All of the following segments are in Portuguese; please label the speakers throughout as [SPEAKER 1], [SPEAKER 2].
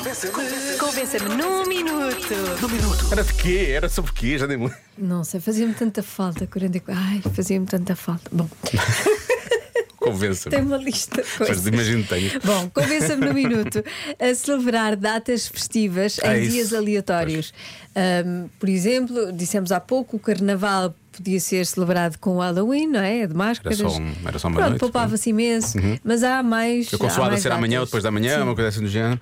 [SPEAKER 1] Convença-me. Convença-me num minuto.
[SPEAKER 2] Era de quê? Era sobre quê? Já nem me lembro.
[SPEAKER 3] Não sei, fazia-me tanta falta. 44. Ai, fazia-me tanta falta. Bom, tem
[SPEAKER 2] Convença-me.
[SPEAKER 3] uma lista de
[SPEAKER 2] Mas
[SPEAKER 3] coisas.
[SPEAKER 2] imagino que tenho.
[SPEAKER 3] Bom, convença-me no minuto a celebrar datas festivas
[SPEAKER 2] É
[SPEAKER 3] em
[SPEAKER 2] isso.
[SPEAKER 3] dias aleatórios. Ahm, por exemplo, dissemos há pouco, o carnaval podia ser celebrado com o Halloween, não é? De máscaras.
[SPEAKER 2] Era só um- era só uma
[SPEAKER 3] Pronto,
[SPEAKER 2] noite, Uhum.
[SPEAKER 3] poupava-se imenso, mas há mais.
[SPEAKER 2] Eu
[SPEAKER 3] há
[SPEAKER 2] consoado a
[SPEAKER 3] mais
[SPEAKER 2] ser amanhã ou
[SPEAKER 3] datas.
[SPEAKER 2] depois da manhã,
[SPEAKER 3] Sim.
[SPEAKER 2] uma coisa assim do género.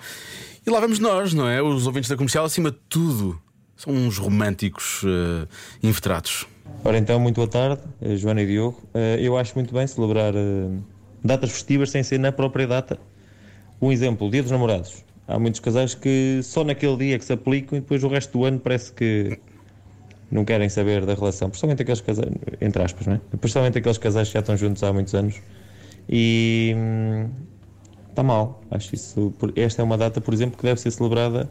[SPEAKER 2] E lá vamos nós, não é? Os ouvintes da comercial, acima de tudo, são uns românticos eh, infiltrados.
[SPEAKER 4] Ora então, muito boa tarde, eh, Joana e Diogo. Eh, Eu acho muito bem celebrar eh, datas festivas sem ser na própria data. Um exemplo, Dia dos Namorados. Há muitos casais que só naquele dia que se aplicam e depois o resto do ano parece que não querem saber da relação. Principalmente aqueles casais, entre aspas, não é? Principalmente aqueles casais que já estão juntos há muitos anos. E está mal. Acho isso. por- Esta é uma data, por exemplo, que deve ser celebrada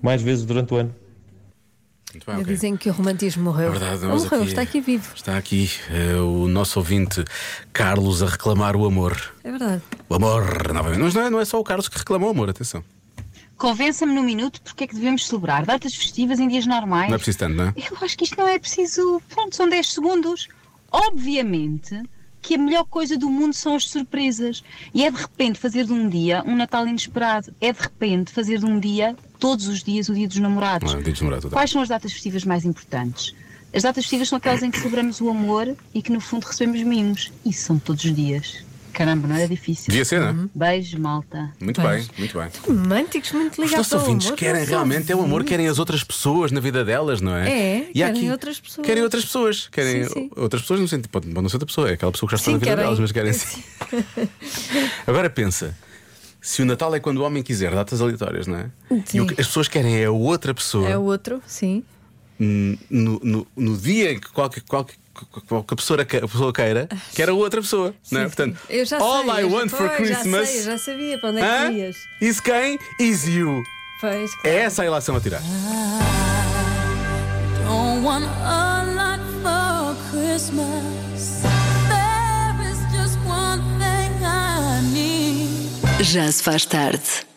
[SPEAKER 4] mais vezes durante o ano.
[SPEAKER 2] Muito
[SPEAKER 3] Ainda
[SPEAKER 2] bem, ok.
[SPEAKER 3] Dizem que o romantismo morreu.
[SPEAKER 2] É verdade,
[SPEAKER 3] Não
[SPEAKER 2] nós
[SPEAKER 3] morreu, está aqui vivo.
[SPEAKER 2] Está aqui eh, o nosso ouvinte Carlos a reclamar o amor.
[SPEAKER 3] É verdade.
[SPEAKER 2] O amor, novamente. Mas não é, não é só o Carlos que reclama o amor, atenção.
[SPEAKER 5] Convença-me num minuto porque é que devemos celebrar datas festivas em dias normais.
[SPEAKER 2] Não é preciso tanto, não
[SPEAKER 3] Uhum.
[SPEAKER 2] é?
[SPEAKER 5] Eu acho que isto não é preciso. Pronto, são 10 segundos. Obviamente que a melhor coisa do mundo são as surpresas. E é de repente fazer de um dia um Natal inesperado. É de repente fazer de um dia, todos os dias, o Dia dos Namorados.
[SPEAKER 2] Ah, Dia dos Namorados, tá.
[SPEAKER 5] Quais são as datas festivas mais importantes? As datas festivas são aquelas em que celebramos o amor e que no fundo recebemos mimos. Isso são todos os dias. Caramba, não era difícil.
[SPEAKER 2] Devia ser, não é?
[SPEAKER 5] Beijo, malta.
[SPEAKER 2] Muito
[SPEAKER 3] Uhum. Pois.
[SPEAKER 2] bem, muito bem.
[SPEAKER 3] Românticos muito
[SPEAKER 2] Os
[SPEAKER 3] ligados
[SPEAKER 2] nossos
[SPEAKER 3] ao
[SPEAKER 2] ouvintes
[SPEAKER 3] amor,
[SPEAKER 2] querem
[SPEAKER 3] não são?
[SPEAKER 2] realmente é o amor, querem as outras pessoas na vida delas, não é?
[SPEAKER 3] É,
[SPEAKER 2] E há
[SPEAKER 3] querem outras pessoas.
[SPEAKER 2] Querem outras pessoas. Querem
[SPEAKER 3] Sim, sim.
[SPEAKER 2] outras pessoas, não sei, pode, pode não ser outra pessoa, é aquela pessoa que já está
[SPEAKER 3] Sim,
[SPEAKER 2] na vida
[SPEAKER 3] querem.
[SPEAKER 2] delas, mas querem sim. Agora pensa, se o Natal é quando o homem quiser, datas aleatórias, não é?
[SPEAKER 3] Sim.
[SPEAKER 2] E o que as pessoas querem é a outra pessoa
[SPEAKER 3] É o outro, sim.
[SPEAKER 2] hum, no, no, no dia em que qualquer. qualquer Qualquer pessoa, que, a pessoa queira, quer a outra pessoa, não é?
[SPEAKER 3] Sim,
[SPEAKER 2] Portanto,
[SPEAKER 3] sim. eu já
[SPEAKER 2] all
[SPEAKER 3] sei,
[SPEAKER 2] I
[SPEAKER 3] eu já-
[SPEAKER 2] want for
[SPEAKER 3] pois,
[SPEAKER 2] Christmas.
[SPEAKER 3] Já sei, eu já sabia para onde é
[SPEAKER 2] Hã?
[SPEAKER 3] que ias.
[SPEAKER 2] Is quem? Is you.
[SPEAKER 3] Pois, claro.
[SPEAKER 2] É essa a ilação a tirar.
[SPEAKER 6] Don't want a lot for Christmas. There is just one thing I need.
[SPEAKER 1] Já se faz tarde.